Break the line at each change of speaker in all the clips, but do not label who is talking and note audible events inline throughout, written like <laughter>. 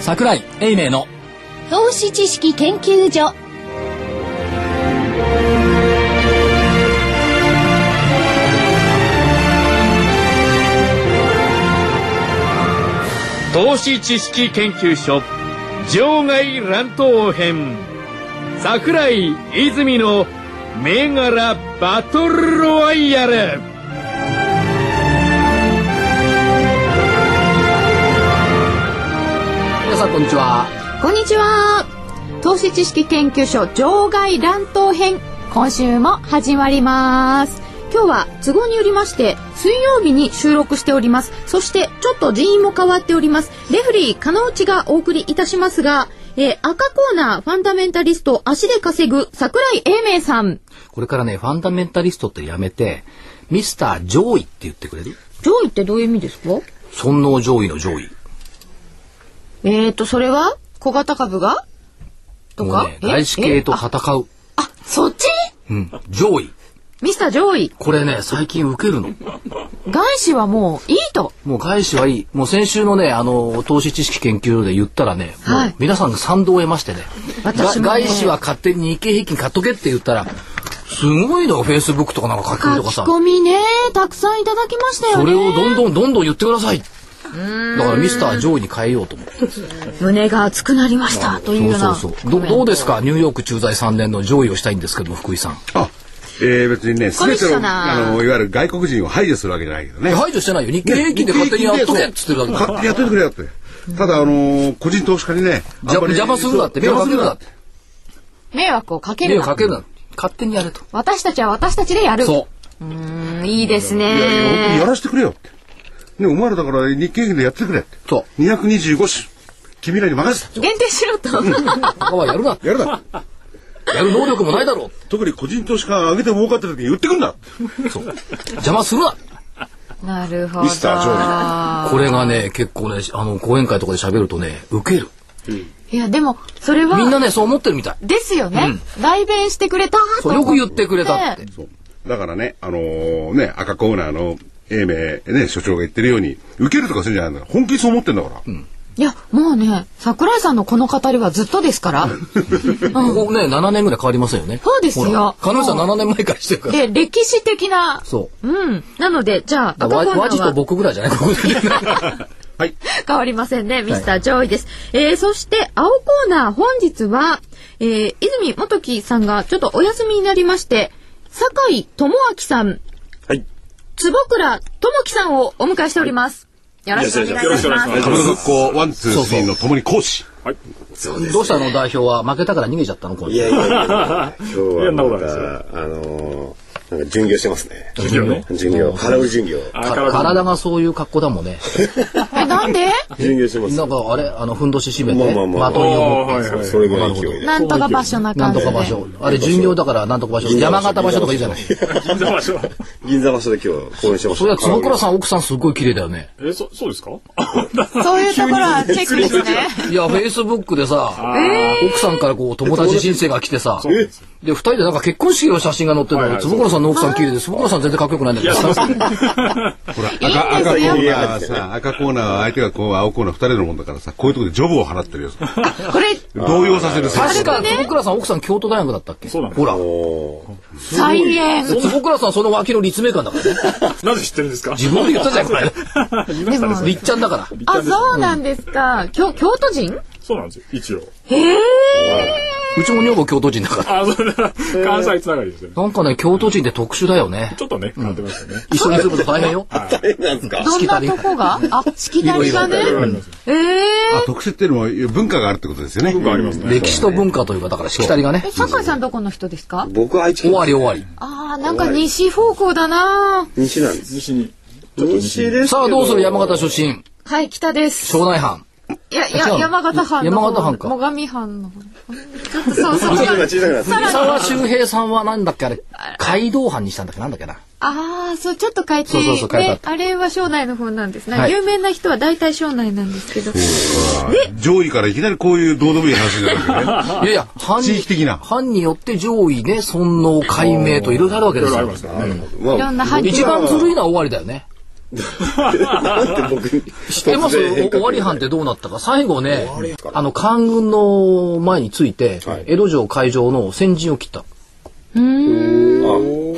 桜井英明の
投資知識研究所
投資知識研究所場外乱闘編桜井泉の銘柄バトルロワイヤル
皆さんこんにちは
こんにちは。投資知識研究所場外乱闘編、今週も始まります。今日は都合によりまして、水曜日に収録しております。そして、ちょっと人員も変わっております。レフリー、金内がお送りいたしますが、えー赤コーナー、ファンダメンタリスト、足で稼ぐ、桜井英明さん。
これからねファンダメンタリストってやめてミスター上位って言ってくれる
上位ってどういう意味ですか
尊王上位の上位
えーと、それは小型株がと
も
か、
うね外資系と戦う、
ああ、そっち
うん、上位
ミスター上位。
これね最近受けるの
外資はもういいと。
もう外資はいいもう先週のねあの投資知識研究所で言ったらね、
はい
もう皆さんが賛同を得ましてね
私も
が
ね
外資は勝手に日経平均買っとけって言ったらすごいのフェイスブックとかなんか書き込みと
書き
かさ
込みねたくさんいただきましたよ
そ
ね
れをどんどんどんどん言ってくださいだからミスター上位に変えようと思って
胸が熱くなりましたというような
そうそうそうどどうですかニューヨーク駐在3年の上位をしたいんですけども福井さん
あ、えー、別にね、す
コミッ
べ
シ
て
ョ
の、
ナー
あの、いわゆる外国人を排除するわけじゃないけどね。
え排除してないよ日経平均で勝手にやっとけっつってるだけだか
勝手にやっといてくれよって。ただ、あのー個人投資家にね、
ら邪邪魔するなって迷惑かけるなって
迷惑をかけ
迷
る
惑
な
かけるな勝手にやれと
私たちは私たちでやる
そう
うんいいですね
やらせてくれよって。ね、お前らだから日経平均でやってくれって。
そう
225種。君らに任せて。
限定しろと
他はやるな
やるだ。
やる能力もないだろ
特に個人投資家が上げて儲かってる時に言ってくんだ。
うそう邪魔するな
なるほど
ミスター・ジョー
これがね結構ねあの講演会とかで喋るとねウケる
いやでもそれは
みんなねそう思ってるみたい
ですよね、代弁してくれたと
そう
思
よく言ってくれたって
ね
ジ。そう。だからね、あのーね、赤コーナーの英明、ね、所長が言ってるように、受けるとかするんじゃないんだから、本気にそう思ってんだから。
いやもうね桜井さんのこの語りはずっとですから
ここね7年ぐらい変わりませんよね
そうですよ
ほら彼女は7年前からしてるから
で歴史的な
<laughs> そう
うんなのでじゃあ
うだ
赤
から
コーナ
わ
ー
わじと
は
僕ぐらいじゃないここで
はい。
変わりませんね。ミスター上位です。えー、そして、青コーナー、本日は、えー、泉元樹さんがちょっとお休みになりまして、酒井智明さん、
はい。
坪倉智樹さんをお迎えしております。よろしくお願いい
よろ
た
しく
し
お願い
ま
し
す
株
ま。す
の復興、ワン、ツー、
う
スリーの共に講師。
はい。そうです。
どうしたの代表は負けたから逃げちゃったの今
い
週
やいやいや、今日
いや
は
んなこと
なん
ないですよ
か、あのー、なんか巡業してますね。巡
業ね
巡業。空売り巡業。
あ
か体がそういう格好だもんね
え、なんで
巡業してます。
なんかあれあのふんどし締め
まあ
て
まあまあ
バトンを
あ
持っ
ーはいはい
それぐらいの勢いで。
なんとか場所な
てな
感
ん
じ
と
で。
か場所あれ巡業だからなんとか場所
銀座
山
場所
形場所とかいいじゃない
銀座場所。
銀座場所で今日公演してました。
それは坪倉さん奥さんすっごい綺麗だよね
え、そ、そうですか
そういうところはチェックですね。
いやフェイスブックでさ奥さんからこう友達申請が来てさ
え
で二人でなんか結婚式の写真が載ってる
はい
の
はい
坪倉さんの奥さん綺麗で坪倉さん全然かっこよくないんだけどさ
ほら、
い
赤、
ん
赤
で
コ
すよ
ーナーはさ、赤コーナーは相手がこう、青コーナー二人のもんだからさ、こういうところでジョブを払ってるよ。
これ、
動揺させる。
確か坪倉さん奥さん京都大学だったっけ
そうなんです
ほら
おー
再演。
で坪倉さんその脇の立命館だからね
なぜ知ってるんですか
自分で言ったじゃんこれ
言いましたね。それ
りっちゃんだから
あ、そうなんですか。京、京都人
そうなんですよ、一応。
へえ。
うちも女房京都人だから
あ、そうだ。関西つながりですよね。
なんかね京都人って特殊だよね
<laughs> ちょっとね、変わってますよね。
一緒に住むと大変よ
え、なんですか
どんなとこがあ、しきたりがね
い。ろいろあります
ええ。
あ、特殊っていうのも文化があるってことですよね。
僕ありますね。
<laughs> 歴史と文化というかだからしきたりがね
<laughs> え、酒井さんどこの人ですか
僕は愛知
終
県。
わり終わり
ああ、なんか西方向だな
西なんです。
西に。
西ですけ。
さあどうする山形出身
はい、北です。
庄内藩
いや、い
違う
や、
の
山形藩の
山
方。
形藩か
最上藩の方。ちょ
<laughs>
っとそうそう。
今小さくなって。
三沢周平さんはなんだっけあれ街道藩にしたんだっけなんだっけな
ああ、そう、ちょっと変えて、
そうそうそう変えた
であれは庄内の方なんですね。
はい
有名な人は大体庄内なんですけど。
上位からいきなりこういうどうでもいい話になるわけど
<laughs>
ね。
いやいや藩に
地域的な
藩によって上位ね尊王解明といろいろあるわけ
い
で
ろい
す
ろあ
よ
りますからね。
まあ
いろんな背
一
景が。
番ずるいのは終わりだよね
なんで僕に
知ってます
突然変
尾
革
張藩ってどうなったか。最後ね、あの、官軍の前について、江戸城会場の先陣を切った。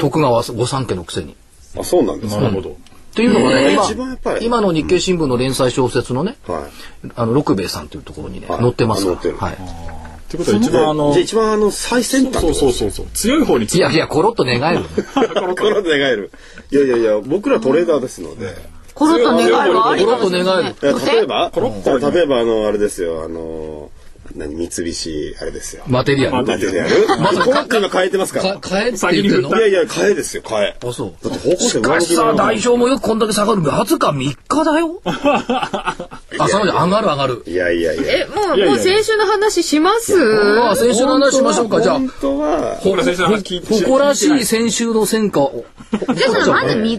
徳川御三家のくせに。
あ、そうなんですか。
なるほど。
っていうのがね、
うん
今
一番やっぱり
今の日経新聞の連載小説のね、
はい。
あの、六兵衛さんっていうところにね、
はい
載ってますか
載ってる
ら。はい。
ってことは一番あの、
じゃあ一番あの、最先端ってこ
そう
と
そうそうそう、強い方に
い
強
やいや、コロッと願える。
<laughs> コロナで願える。いやいやいや、僕らトレーダーですので。
コロッと願いはありかもしれ
コロッと
な
願
い
い。
いや例え
ば
ば、例えばあの、あれですよ、あの、何、三菱、あれですよ。
マテリアル。
なんてやるまず、こうやって今変えてますか。
から変えって言ってんの
いやいや、変えですよ、変え。
あ、そう。
だって方向性
しかしさ、代表もよくこんだけ下がる。わずか3日だ
<laughs>
よ。あ、そうだ、上がる上がる。
いやいやいや。
え、もう、
いやいや
も
いうや
先週の話します
あ、先週の話しましょうか、じゃあ。
本当は、
ほ
ほら先週の話聞いて
誇らしい先週の戦果を。
じゃあ、そのまず三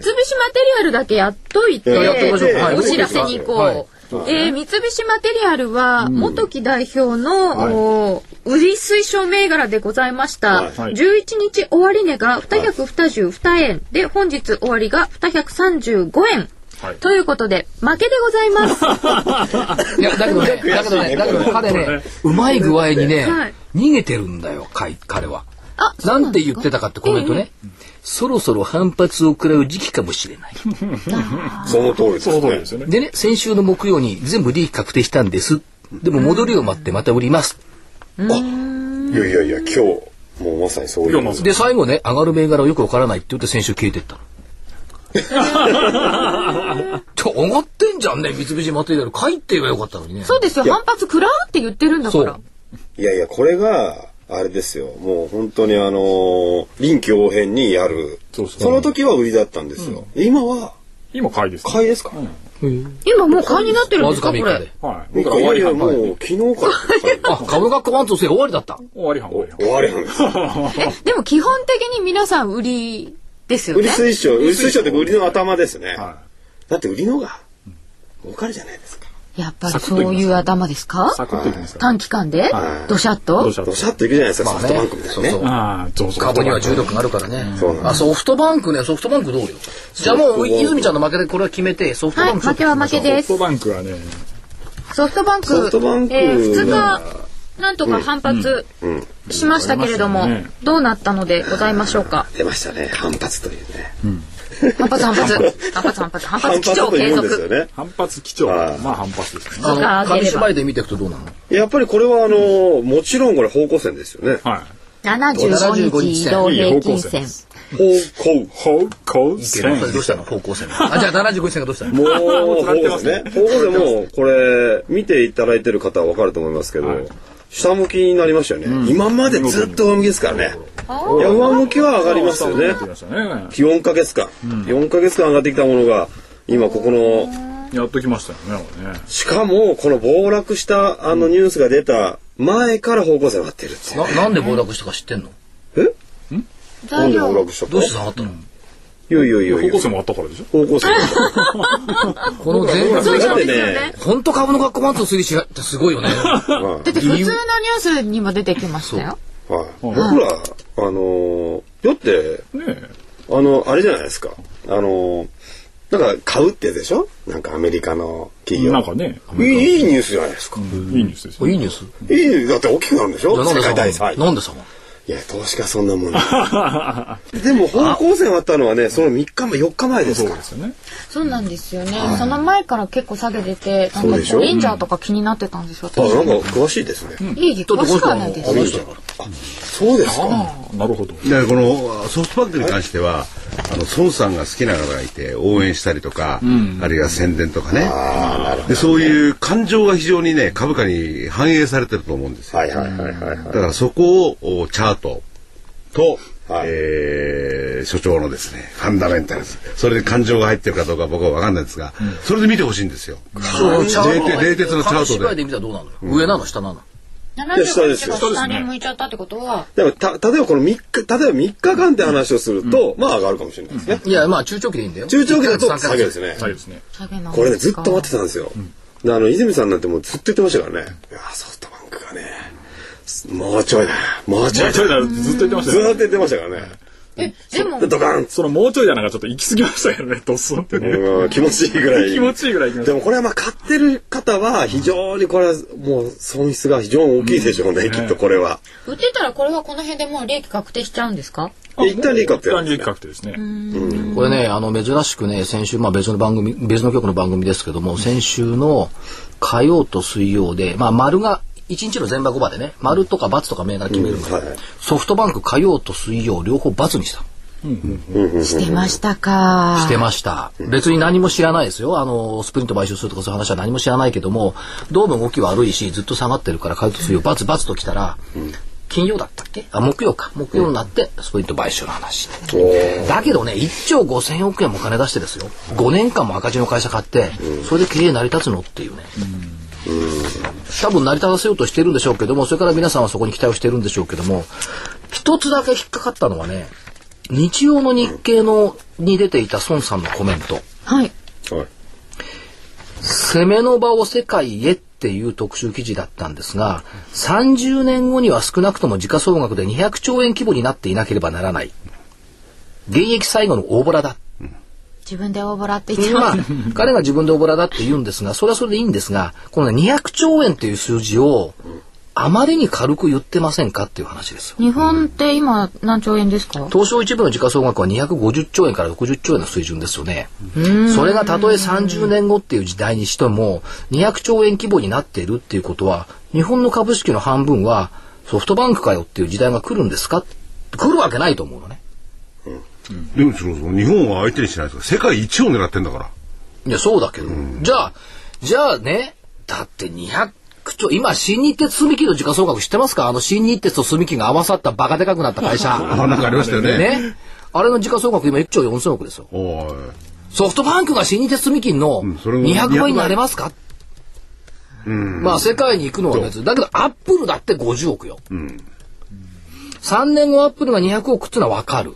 菱マテリアルだけやっといて、
いややって
みましょうはい
お知らせに行こう。
はい
えー三菱マテリアルは、元木代表の、お売り推奨銘柄でございました。
はい
はい
11日終値が222円で、本日終わりが235円。
はい
ということで、負けでございます。
いや、だけどね、だけどね、だけどね彼ね、うまい具合にね
はい、
逃げてるんだよ、かい彼は。
あ、
なんて言ってたかってコメントね。そろそろ反発を食らう時期かもしれない。
その通りです
そ
ね。
の通りですよね。
でね、先週の木曜に全部利益確定したんです。でも戻りを待ってまた売ります。
いやいやいや、今日、もうまさにそういう。
今日まず
で、最後ね、上がる銘柄をよくわからないって言って先週消えてったの。ちょ、上がってんじゃんね、三菱マテリアル。書いて言えばよかったのにね。
そうですよ、反発食らうって言ってるんだか
そ
ら
う。
いやいや、これが、あれですよ。もう本当にあのー臨機応変にやる。
そうそう
の時は売りだったんですよ。今は、
今買いです。
買いですか、
今もう買いになってるん
わ
で
ず
す
か
か、こ
3日
れ
で。。
はい。
い
僕ら終わ
やい
り
や、
半
も
ば
う昨日から買い。
あ、株価ワンとして終わりだった。
終わり半ばや。
終わりなんですよ。
でも基本的に皆さん売りですよ
売り
ね。
推奨、売り推奨って売りの頭ですね。
は
だって売りのが、儲かるじゃないですか。
やっぱりそういう頭ですか
い。サクッといきますから。
短期間で
はい
ドシャッ
ど
と
うした
ドシャッといくじゃないですか、ソフトバンクみたいにね。
そうそう
ああ、そうそう。
株には重力があるからね。
そうなんです
あ、ソフトバンクね、ソフトバンクどうよ。じゃあもう、泉ちゃんの負けでこれは決めて、ソフト
は
バ
い、
ンク
負けは負けで
ソフト
す。
バンクはね、
ソフトバンク、
ソフトバンク
えー、2日、なんとか反発しましたけれども、
うんうん
どうなったのでございましょうか。
出ましたね、反発というね。
反発反
<laughs>
発、反発反発、反
反
発基
発
調
と
継
いうんですよ
続。
ね。
反発基調。
はい
まあ反発ですね。
あ
が
の、紙
上げれば
芝居で見ていくとどうなの
やっぱりこれはあのーもちろんこれ方向線ですよね。
は
75日移動
い。いい
平
方
均
向線
線
で。す。
方向。
方向
池田
線
さ。んどうしたの方向線。
<laughs>
あ、じゃあ75日線がどうしたの
もう、
繋
方
がって
向です
ま
すね
ね。
<laughs> 方向でもう、これ、見ていただいてる方はわかると思いますけど、
はい
下向きになりましたよね、今までずっと上向きですからね。いや、上向きは上がりますよね。
出ましたね。
4ヶ月間、4ヶ月間上がってきたものが、今ここの、
やっときましたよね。これね
しかも、この暴落した、あの、ニュースが出た前から方向性上がってるっていう。
な、なんで暴落したか知ってんの
えなん
材
で暴
料、
落した
どうして
か
下がったの
いやいやいやい
方
や
向。線もあったからでしょ。
方向性。
この前
だ
日
そう
って
ですよね
ね、
本当株の学校マンツを推理しがってす
<laughs>
ごいよね。
はい
だって普通のニュースにも出てきましたよ。
はい僕ら、あのー、だって、
ねえ。
あの、あれじゃないですか。あの、なんか買うってやつでしょなんかアメリカの企業。
なんかね、
いいいいニュースじゃないですか。いい
いいニュースですよ。
いいニュース。
ニュースだって大きくなるんでし
じゃ
ょ
あなん
世
で下
界
が
第
る
3
のな
位。
んで下がるの
いや、投資家そんなもん <laughs> だでも方向線あったのはね、その3日前、4日前です
そう
か
ですよね。
そうなんですよね。その前から結構下げてて、なん
そう
か
でしょ
レンジャーとか気になってたんですよ。
ら。あ、
私
なんか詳しいですね。
いい、詳しくはないです。
の人だから。
そうですか。
ああ、なるほど。
だからこのソフトバンクに関しては、あの孫さんが好きな方がいて応援したりとか、あるいは宣伝とかねでそういう感情が非常にね株価に反映されてると思うんですよ、
はいはいはいはい
だ
は
からそこをおチャートと、
はい
えー所長のですねファンダメンタルズそれで感情が入ってるかどうか僕は分かんないですが、それで見てほしいんですよ。
そう、チャート。
冷徹のチャートで
紙芝居で見たらどうなの上なの下なの
い。で、下ですよ。
下に向いちゃったってことは、
でも、た、例えばこの3日、例えば3日間って話をすると、まあ上がるかもしれないですね。
いや、まあ中長期でいいんだよ。
中長期だ
1
と
ヶ月3
下
ヶ
げで
月。
すね。
はいですね。
下げなんですか
これね、ずっと待ってたんですよ。であの、泉さんなんてもうずっと言ってましたからね。いやー、ソフトバンクがね、もうちょいだ、もうちょいだ。ず
ずっと言ってました
ーっ
よ
と。言ってましたからね。
え、でも、
ドカン
そのもうちょいやなんかちょっと行き過ぎましたよね、ドスンってね。
うん <laughs> 気持ちいいぐらい。
気持ちいいぐらい行きました
でもこれはまあ買ってる方は非常にこれはもう損失が非常に大きいでしょうね、きっとこれは。
売ってたらこれはこの辺でもう利益確定しちゃうんですか
あ
一旦利益確定
一旦利益確定ですね。
これね、あの、珍しくね、先週、まあ別の番組、別の局の番組ですけども、先週の火曜と水曜で、まあ丸が、一日の全場5場でね、丸とか×とか銘柄決めるので、
はい
ソフトバンク火曜と水曜両方×にした。
してましたか
してました。別に何も知らないですよ。あの、スプリント買収するとかそういう話は何も知らないけども、どうも動き悪いし、ずっと下がってるから、火曜と水曜××と来たら、金曜だったっけあ、木曜か。木曜になって、スプリント買収の話。だけどね、1兆5000億円も金出してですよ。5年間も赤字の会社買って、それで経営成り立つのっていうね。多分成り立たせようとしてるんでしょうけども、それから皆さんはそこに期待をしてるんでしょうけども、一つだけ引っかかったのはね、日曜の日経のに出ていた孫さんのコメント。
はい。
はい。
攻めの場を世界へっていう特集記事だったんですが、30年後には少なくとも時価総額で200兆円規模になっていなければならない。現役最後の大ボラだ。
自分で大ボラって
そ
言っ
れ
てま
は
<laughs>
す。
彼が自分でオボラだって言うんですが、それはそれでいいんですが、この200兆円という数字を、あまりに軽く言ってませんかっていう話ですよ。
日本って今何兆円ですか
東証一部の時価総額は250兆円から60兆円の水準ですよね。それがたとえ30年後っていう時代にしても、200兆円規模になっているっていうことは、日本の株式の半分はソフトバンクかよっていう時代が来るんですか来るわけないと思うのね。
でも、一郎さん日本は相手にしないですから、世界一を狙ってんだから。
いや、そうだけど。じゃあ、じゃあね、だって200兆、今、新日鉄住木の時価総額知ってますかあの、新日鉄と住木が合わさったバカでかくなった会社。
あ、なんかありましたよね。
ね。あれの時価総額今1兆4000億ですよ。
おい。
ソフトバンクが新日鉄住金の
んそれも200
200倍になれますか、まあ世界に行くのは別だけどアップルだって50億よ、3年後アップルが200億ってのは分かる、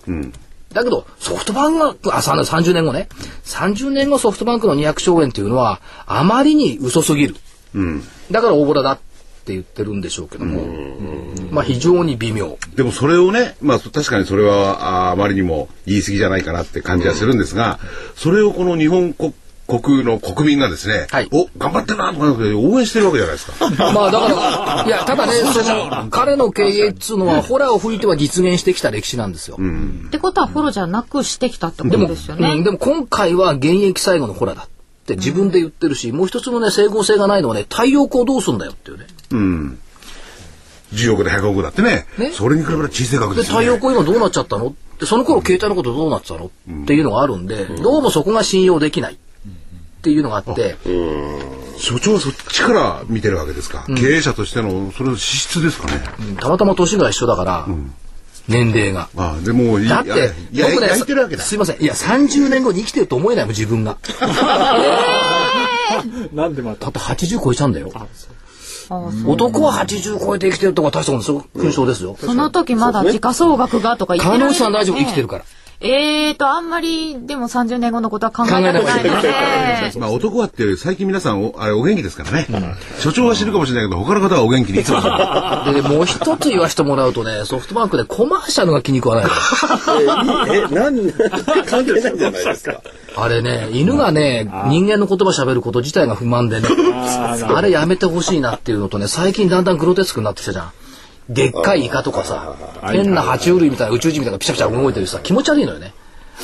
だけどソフトバンクがあ3 30年後ね30年後ソフトバンクの200兆円っていうのはあまりに嘘すぎる、だから大ボラだって言ってるんでしょうけども、まあ非常に微妙
でもそれをね、まあそ確かにそれはあーあまりにも言い過ぎじゃないかなって感じはするんですが、それをこの日本国国の国民がですね、
はい
お頑張ってるなとかなんか応援してるわけじゃないです
<laughs>
か。
まあだから、いや、ただね、 <laughs> その、彼の経営っつうのは、ホラーを吹いては実現してきた歴史なんですよ。
ってことはフォローじゃなくしてきたってこ
でも、
とですよね。
うんでも今回は現役最後のホラーだって自分で言ってるし、もう一つのね、整合性がないのはね、太陽光どうすんだよっていうね。
うん。10億で100億だってね
ね
それに比べたら小さい額
で、
です
太
よね。
陽光今どうなっちゃったのって、その頃携帯のことどうなってたのっていうのがあるんで、どうもそこが信用できないっていうのがあって、
所長はそっちから見てるわけですか。経営者としての、それの資質ですかね。
うんたまたま年が一緒だから、年齢が。
ああ、でもいい、
だって
あれ、いや、
僕ね
焼いてるわけだ。
すいません。いや、30年後に生きてると思えないもん、自分が。
なんでま
だ。
た
って80超えちゃうんだよ。男は80超えて生きてるとか大したことですよ。勲章ですよ。
その時まだ時価総額がとか言って
彼
る
女さん大丈夫、生きてるから。
えーと、あんまり、でも30年後のことは考えたくないので。
まあ男はって最近皆さんおあれお元気ですからね、所長は知るかもしれないけど他の方はお元気にいつも
<laughs> で、もう一つ言わせてもらうとね、ソフトバンクでコマーシャルが気に食わないの。
え、いいえ、なん、関係ないじゃないですか。
あれね、犬がね、人間の言葉喋ること自体が不満でね、あれやめてほしいなっていうのとね、最近だんだんグロテスクになってきたじゃん。でっかいイカとかさ、変な爬虫類みたいな宇宙人みたいなのがピシャピシャ動いてるしさ、気持ち悪いのよね。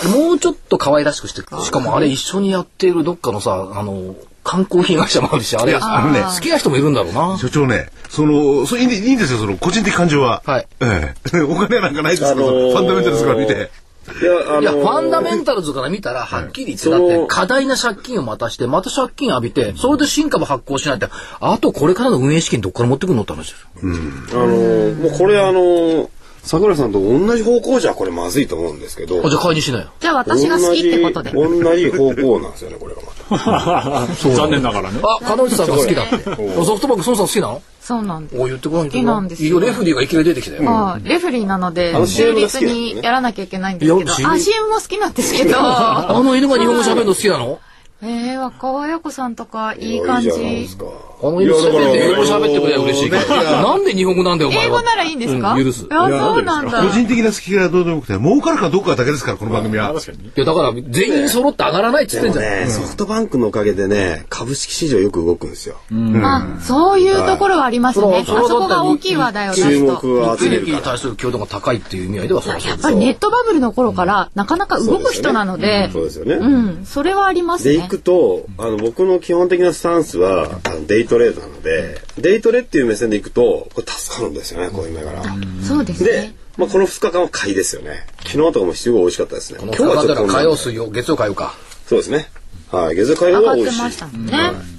もうちょっと可愛らしくして、しかもあれ一緒にやっているどっかのさ、あの、観光品会社もあるし、あれ、
あのね
好きな人もいるんだろうな。
所長ねそのそれいいんでいいんですよその個人的感情は、
はい
ええ、 <laughs> お金なんかないですから、
あのー
ファンダメンタルズから見て
いや、あのー
いや、ファンダメンタルズから見たら、はっきり言って、だっ
そ
て
の、
過大な借金をまたして、また借金浴びて、それで新株発行しないって、あとこれからの運営資金どっから持ってくるのって話ですよ。
あのーもうこれあのー桜井さんと同じ方向じゃこれまずいと思うんですけど
あ、じゃあ買いにしなよ。
じゃあ
同
私
じ
が好きってことで。
同じ方向なんですよねこれがまた
<laughs> 残念ながらね。
あ、金内さんが好きだって。ソフトバンク孫さん好きなの
そうなんです。
お言ってこない
好きなんです
い
よ
いよ、レフリーがいきなり出てきたよ。
あレフェリーなので
あ、の
中
CM が
立
好きなんだよね
にやらなきゃいけないんですけ
い
ど。
や
あ、
CM
CM も好きなんですけ
<laughs>
ど。
あの犬が日本語喋るの好きなの
えー、若尾彩子さんとかいい感
いいじゃないで
じ
す。か
あの、今
いや
せ
だから
めて英語喋ってくれば嬉しいけど。
ねいや
なんで日本語なんだよ、お前
英
は。
語ならいいんですか、
うん許す。
あ、そうなんだ。
個人的な好き嫌いはどうでもよくて、儲かるかどうかだけですから、この番
<laughs>
組は。
確かに。
いや、だから、全員揃って上がらないっつっ
で
てん
も
じゃん。
ね、ソフトバンクのおかげでね、株式市場よく動くんですよ。
あ、そういうところはありますね。あ
それは
そこが大きい話題を出
注
すと。
目を集
利
め
益
る
に
から。
対する強度が高いっていう意味合いでは、そりゃそう
やっ
で
ぱりネットバブルの頃からなかなか動く人なので、
そうですよね。
うん、それはあります
で
ね
行。くとあの僕の基本的なスタンスはあのデイトレードなのでデイトレっていう目線で行くとこれ助かるんですよねこういう銘柄。
そうです
で
ね。、
まあ、この2日間は買いですよね昨日とかもすごい美味しかったですね
す
今日
よ。
は
今日だ
ちょっと
から
こんな
火曜、水曜、月曜、火曜か。
そうですねはい月火曜
上が
は
っ
美
て
味しい
ましたもんね。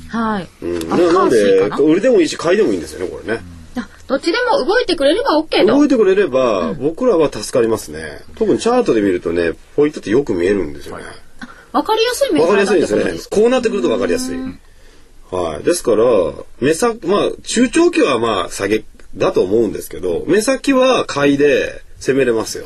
はい。
うん、
あ
ななんで
かな
売りでもいいし買いでもいいんですよねこれね
あどっちでも動いてくれれば OK
動
と
い。てくれれば僕らは助かりますね特にチャートで見るとねポイントってよく見えるんですよね
わかりやすいメ
わ
ー
か
カー
りや
だ
す
っ
い
て
で
こと
すよね
です。
こうなってくるとわかりやすい。はい。ですから、目先、まあ、中長期はまあ、下げだと思うんですけど、目先は買いで攻めれますよ。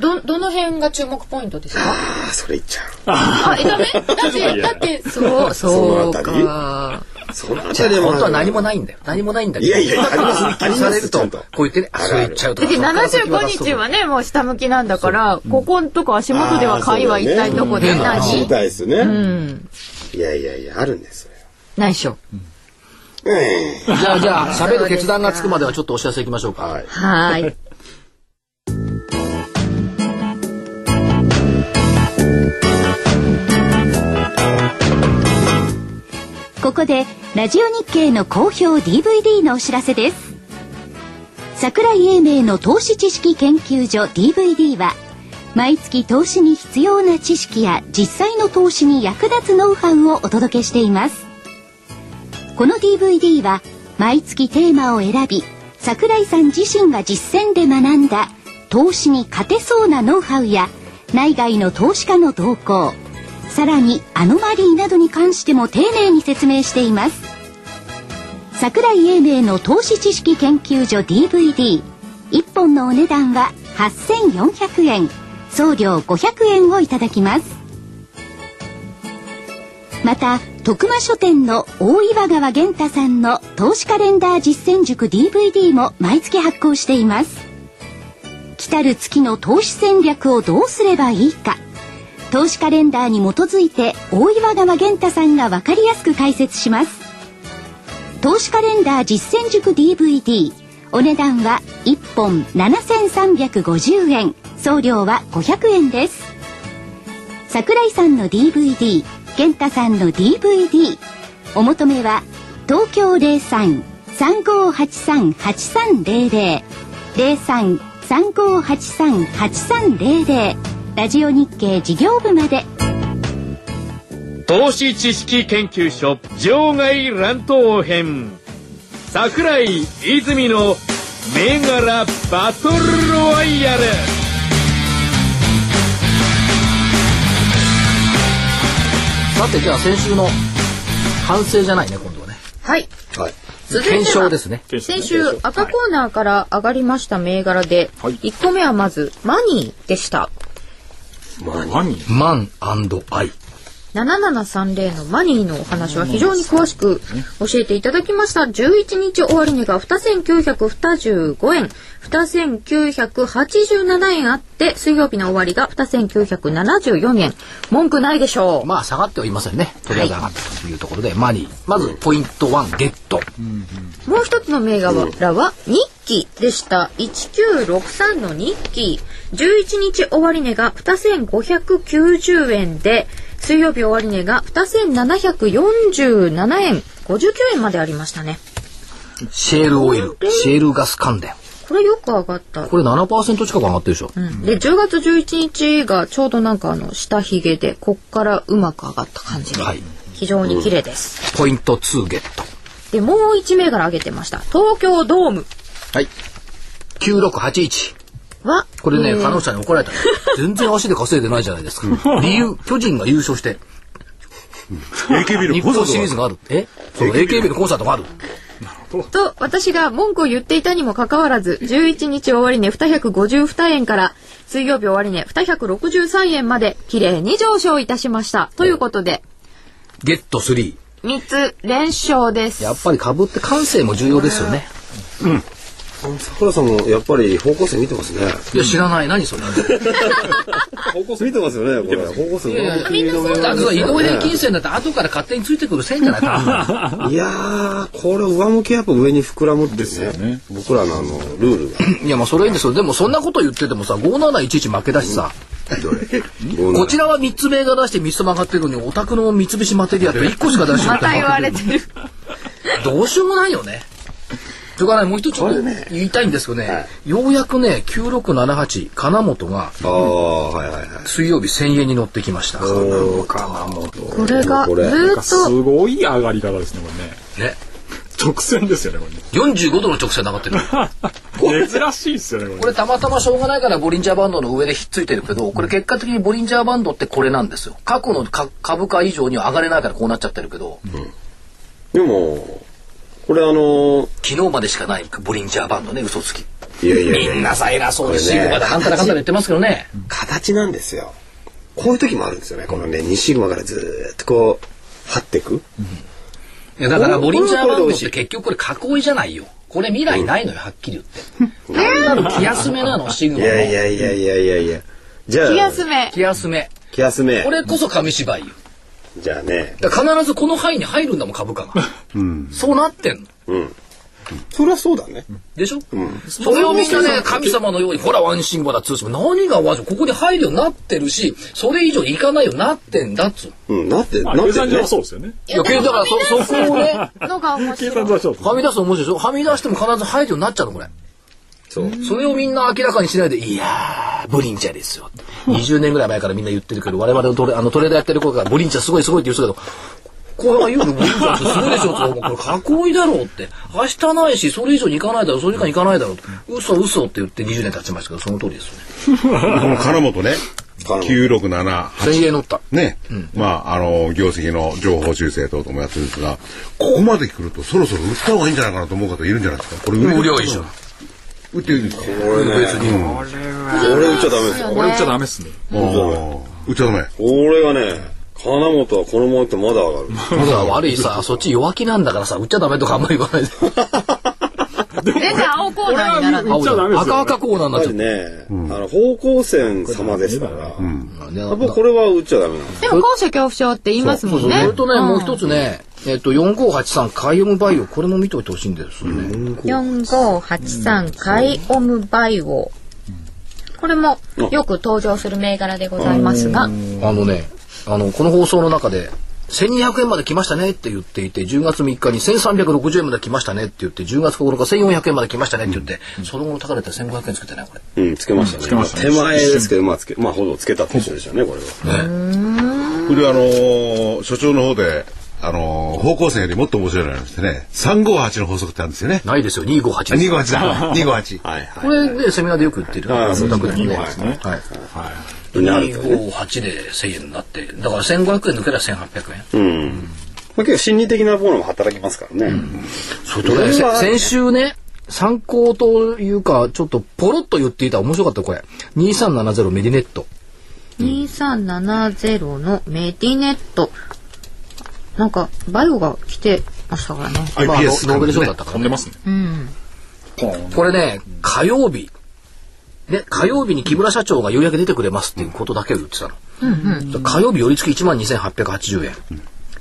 ど、どの辺が注目ポイントですか
ああ、それいっちゃ
あ、え、ダメだって、だって、そう、
そ
そ
の
う
あたり
か。
う。そのあ
じ
た
ゃあ
りも。
本当は何もないんだよ。何もないんだけ
い
ど。
やいや、あります、あり
さ
ま
れ
す、
る
ち
と、
ゃ
こ
んと。
う言ってね、あ、それ言っちゃうと。
だって75
75
日はね、もう下向きなんだから、ここんとこ足元では買いは一体どこで
あー知り
何
たいですね。いやいやいや、あるんですよ。
内緒。
ええ
じゃあ、じゃあ、喋る決断がつくまではちょっとお知らせいきましょうか。
はい。
はーい。
ここでラジオ日経の好評 DVD のお知らせです桜井英明の投資知識研究所 DVD は毎月投資に必要な知識や実際の投資に役立つノウハウをお届けしていますこの DVD は毎月テーマを選び桜井さん自身が実践で学んだ投資に勝てそうなノウハウや内外の投資家の動向さらにアノマリーなどに関しても丁寧に説明しています桜井英明の投資知識研究所 DVD 一本のお値段は8400円送料500円をいただきますまた徳間書店の大岩川源太さんの投資カレンダー実践塾 DVD も毎月発行しています来たる月の投資戦略をどうすればいいか投資カレンダーに基づいて大岩川源太さんが分かりやすく解説します投資カレンダー実践塾 DVD お値段は1本7350円送料は500円です桜井さんの DVD 健太さんの DVD お求めは東京03-3583-8300 03-3583-8300ラジオ日経事業部まで
投資知識研究所場外乱闘編桜井泉の銘柄バトルロワイヤル
さて、じゃあ先週の反省じゃないね、今度はね。
はい。
はい。
続いて
検証
は
で、すね。
先週赤コーナーから上がりました銘柄で、
はい
1個目はまず、マニーでした。
マニー
マンアイ。
7730のマニーのお話は非常に詳しく教えていただきました。11日終値が2925円、2987円あって、水曜日の終わりが2974円。文句ないでしょう。
まあ、下がってはいませんね。とりあえず上がったというところで、マニー。まず、ポイント1、ゲット。
もう一つの銘柄は日記でした。1963の日記。11日終値が2590円で、水曜日終値が2747円、59円までありましたね。
シェールオイル、シェールガス関連。
これよく上がった。
これ7%近く上がってるでしょ。
うんで、10月11日がちょうどなんかあの、下髭で、こっからうまく上がった感じで
はい、
非常に綺麗です。
ポイント2、ゲット。
で、もう一銘柄上げてました。東京ドーム
はい。9681。
は、
これね、
えー
彼女さんに怒られたの。全然足で稼いでないじゃないです
<laughs>
か。理由、巨人が優勝して、
AKB
日
のコンサ
本
ート
シリーズ
が
がある。えそう、AKB のコンサートがある。
と、私が文句を言っていたにもかかわらず、11日終値252円から、水曜日終値263円まで、綺麗に上昇いたしました。ということで、
ゲット3。
3つ連勝です。
やっぱり株って感性も重要ですよね。
桜さんもやっぱり方向性見てますね。
いや、知らない。何それ。
方向性見てますよね、これ。方向性の君の目
だから井上平均線だって後から勝手についてくる線じゃない
<laughs>
か。
いやー、これ上向きはやっぱ上に膨らむってね。僕らのあの、ルールが。
いや、まあそれはいいんですよ。でもそんなこと言っててもさ、5711負けだしさ、こちらは3つ銘柄出して3つ曲がってるのに、お宅の三菱マテリアって1個しか出してな
ま
い
た言われてる。
どうしようもないよね。それからねもう一つちょっと言いたいんですけどね、ようやくね、9678、金本が
ああ、はいはいはい。
水曜日1000円に乗ってきました。ね。
これがず
これ
ーっ
す
と
ごい上がり方ですね、これね。直線ですよね、こ
45度の直線上がっ
<laughs>
てる。
れね。珍しいですよね、こ
こ
れ。
れたまたましょうがないからボリンジャーバンドの上でひっついてるけど、これ結果的にボリンジャーバンドってこれなんですよ。過去のか株価以上には上がれないからこうなっちゃってるけど、
でも、これあの、
昨日までしかないボリンジャーバンドね、嘘つき。
いやいやいや
みんなさ偉そうで
これ
シ
ね
グマでなんたらかんたら言ってますけどね。
形なんですよ。こういう時もあるんですよね。このね、2シグマからずーっとこう、張ってく。
いやだから
こ
ボ
れ
リンジャーバンド
これ美
っ
味してい
結局これ囲いじゃないよ。これ未来ないのよ、はっきり言って。単なる気休めなの、シグ
い
マの
やいやいやいやいやいや。じゃあ、
気休め。
気休め。
気休め
こ。れこそ紙芝居よ。
じゃあね、
だから必ずこの範囲に入るんだもん、株価が。そうなってんの。
そりゃそうだね。
でしょ、それをみんなね、神様のように、ほら、ワンシンバだ、ツーシンバ何がワンシンここに入るようになってるし、それ以上にいかないようになってんだっつう。
うん、なって、
ま
な
あ、
って
計算上
ね
は。そうですよね。
いや、けどだから、そ、そこをね、
のが面
計
白
算
い。
上はそうです。
はみ出すの面白いでしょはみ出しても必ず入るようになっちゃうの、これ。そう。それをみんな明らかにしないで、いやー、ボリンチャですよ。20年ぐらい前からみんな言ってるけど、我々のトレあのトレーダーやってる頃から、ボリンチャすごいすごいって言う人だけど、これは言うのボリンチャってすごいでしょって、もうこれ囲いだろうって。明日ないし、それ以上に行かないだろう、それ以下に行かないだろうって。嘘嘘って言って20年経ちましたけど、その通りですよね。
この金本ね、9678。
千円乗った。
ね、まあ、あの、業績の情報修正等々もやってるんですが、ここまで来るとそろそろ売った方がいいんじゃないかなと思う方いるんじゃないですか。これ売
無料いいじゃん。
売っていいんですか
別に。俺売っちゃダメですよ。
これ売っちゃダメですね。
売っちゃダメ。
俺はね、金本はこのまま行ってもまだ上がる。
まだ悪いさ、そっち弱気なんだからさ、売っちゃダメとかあんまり言わないで。
え、じゃあ青コーナーにならない。
売っちゃダメです
赤
よ。
赤コーナーにな
や
っ
っ
ち
ぱ
ゃっ
りね、あの、方向線様ですから、や
たね。
っぱこれは打っちゃダメなんです。
でも高所恐怖症って言いますもん
そ
ね
れ。とね、もう一つね、えっと、4583海オムバイオ、これも見ておいてほしいんですよね。
4583カイオムバイオ。これもよく登場する銘柄でございますが、
あのね、あの、この放送の中で、1200円まで来ましたねって言っていて、10月3日に1360円まで来ましたねって言って、10月9日1400円まで来ましたねって言って、その後の高値って1500円つけてないこれ。
うん、つけましたね。まあ手前ですけど、まあ、つけ、まあ、ほぼつけたって一緒でしょうね、これは。
これあのー所長の方で、あのー方向線よりもっと面白いのがありましてね、358の法則ってあるんですよね。
ないですよ、258
あ
です。
258だ。258。
<laughs>
はい
こ
は
れね、セミナーでよく言ってる。
ああそうですね
お宅でもね。
258
はい。
い。なるほどね。
258で1000円になって、だから1500円抜けたら1800円。
うん。まあ、結構心理的なものも働きますからね。
それとね、せ先週ね、参考というか、ちょっとポロッと言っていた面白かった、これ。2370メディネット。
2370のメディネット。なんか、バイオが来てましたからね。
まあ、ノ
IPS
ノーベル賞だったか
飛
ら
ん
ね
で。ますね。
これね、火曜日。ね、火曜日に木村社長がようやく出てくれますっていうことだけを言ってたの。火曜日寄り付き12,880円。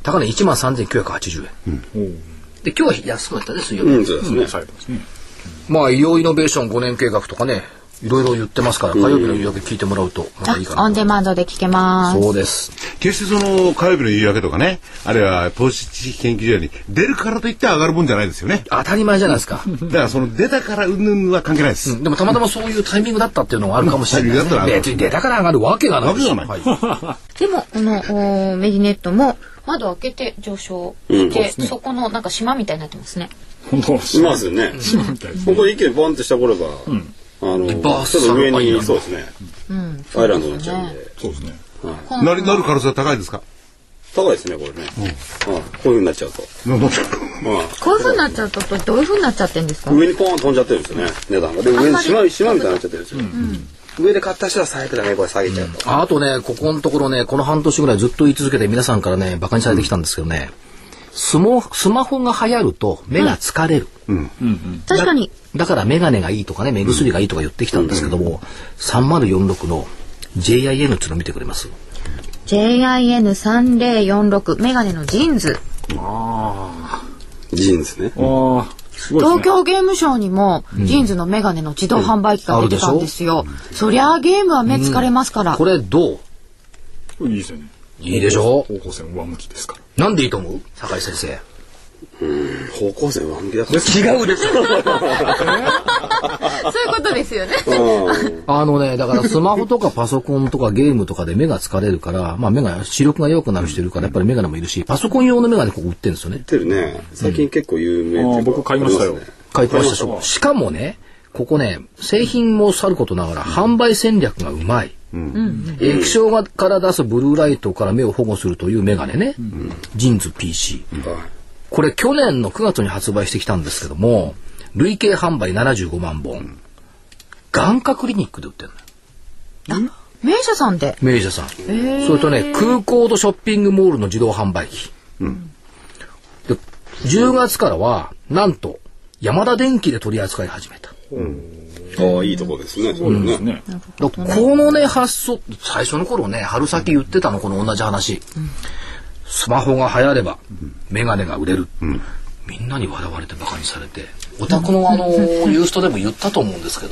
高値13,980円。で、今日は安くなったね、水曜日。
うん、そうですね。
最後ですね。
まあ、医療イノベーション5年計画とかね、いろいろ言ってますから、火曜日の夕焼け聞いてもらうと、またいいか
オ
な。
ンデマンドで聞けます。
そうです。
決してその火曜日の夕焼けとかね、あるいは投資知識研究所に出るからといって上がるもんじゃないですよ
<laughs>
ね。
当たり前じゃないですか。
だからその出たからうんぬんは関係ないです。
でもたまたまそういうタイミングだったっていうのもあるかもしれない。
タイミングだったら上がる
別に出たから上がるわけがない。
わけがない
はい
でも、このおーメディネットも、窓開けて上昇で、そこのなんか島みたいになってますね。
本当
しますよね。本当に一気にボンってした頃ば、あの、ち
バー
ょ
サ
っ
ス
と上
アイラン
に、
ド
そうですね。アイランドになっちゃうんで。
そうですね。
なり、なる可能性は高いですか
高いですね、これね。はいこういうふうになっちゃうと。
なな
はい
こういう風になっちゃうと、これどういう風になっちゃってんですか
上にポーン飛んじゃってるんですよね値段がで上にしましまみたいになっちゃってるんですよ、上で買った人は最悪だねこれ下げちゃうと、
あとね、ここのところね、この半年ぐらいずっと言い続けて皆さんからね、馬鹿にされてきたんですけどね、スモスマホが流行ると目が疲れる。
確かに。
だからメガネがいいとかね、目薬がいいとか言ってきたんですけども、3046の JIN っていうの見てくれます
JIN3046 メガネのジーンズ。
ジーンズね。
ああ、すご
東
いですね。
京ゲームショウにも、ジーンズのメガネの自動販売機が出てたんですよ。そりゃあゲームは目疲れますから。
これどう
東京いいですよね。
いいでしょ
方向線上向きですから。
なんでいいと思う坂井先生。
方向性ワンギだから。
違うでしょ
そういうことですよね。
あのね、だからスマホとかパソコンとかゲームとかで目が疲れるから、まあ目が、視力が弱くなる人いるから、やっぱりメガネもいるし、パソコン用のメガネここ売ってるんですよね
っ。てるね。最近結構有名
ああ僕買いましたよ
ありすね
書いてましたでしょしかもね、ここね、製品もさることながら販売戦略がうまい。液晶がから出すブルーライトから目を保護するというメガネね。ジーンズ PC。これ去年の9月に発売してきたんですけども、累計販売75万本。眼科クリニックで売ってるのよ
名車さんで。
明治さん。それとね、空港とショッピングモールの自動販売機。で10月からは、なんと、ヤマダ電機で取り扱い始めた。
ああ、いいとこですね。そう
で
ね
す。ね。
だこのね、発想、最初の頃ね、春先言ってたの、この同じ話。スマホが流行れば、メガネが売れる。みんなに笑われて馬鹿にされて、オタクのあの、ユーストでも言ったと思うんですけ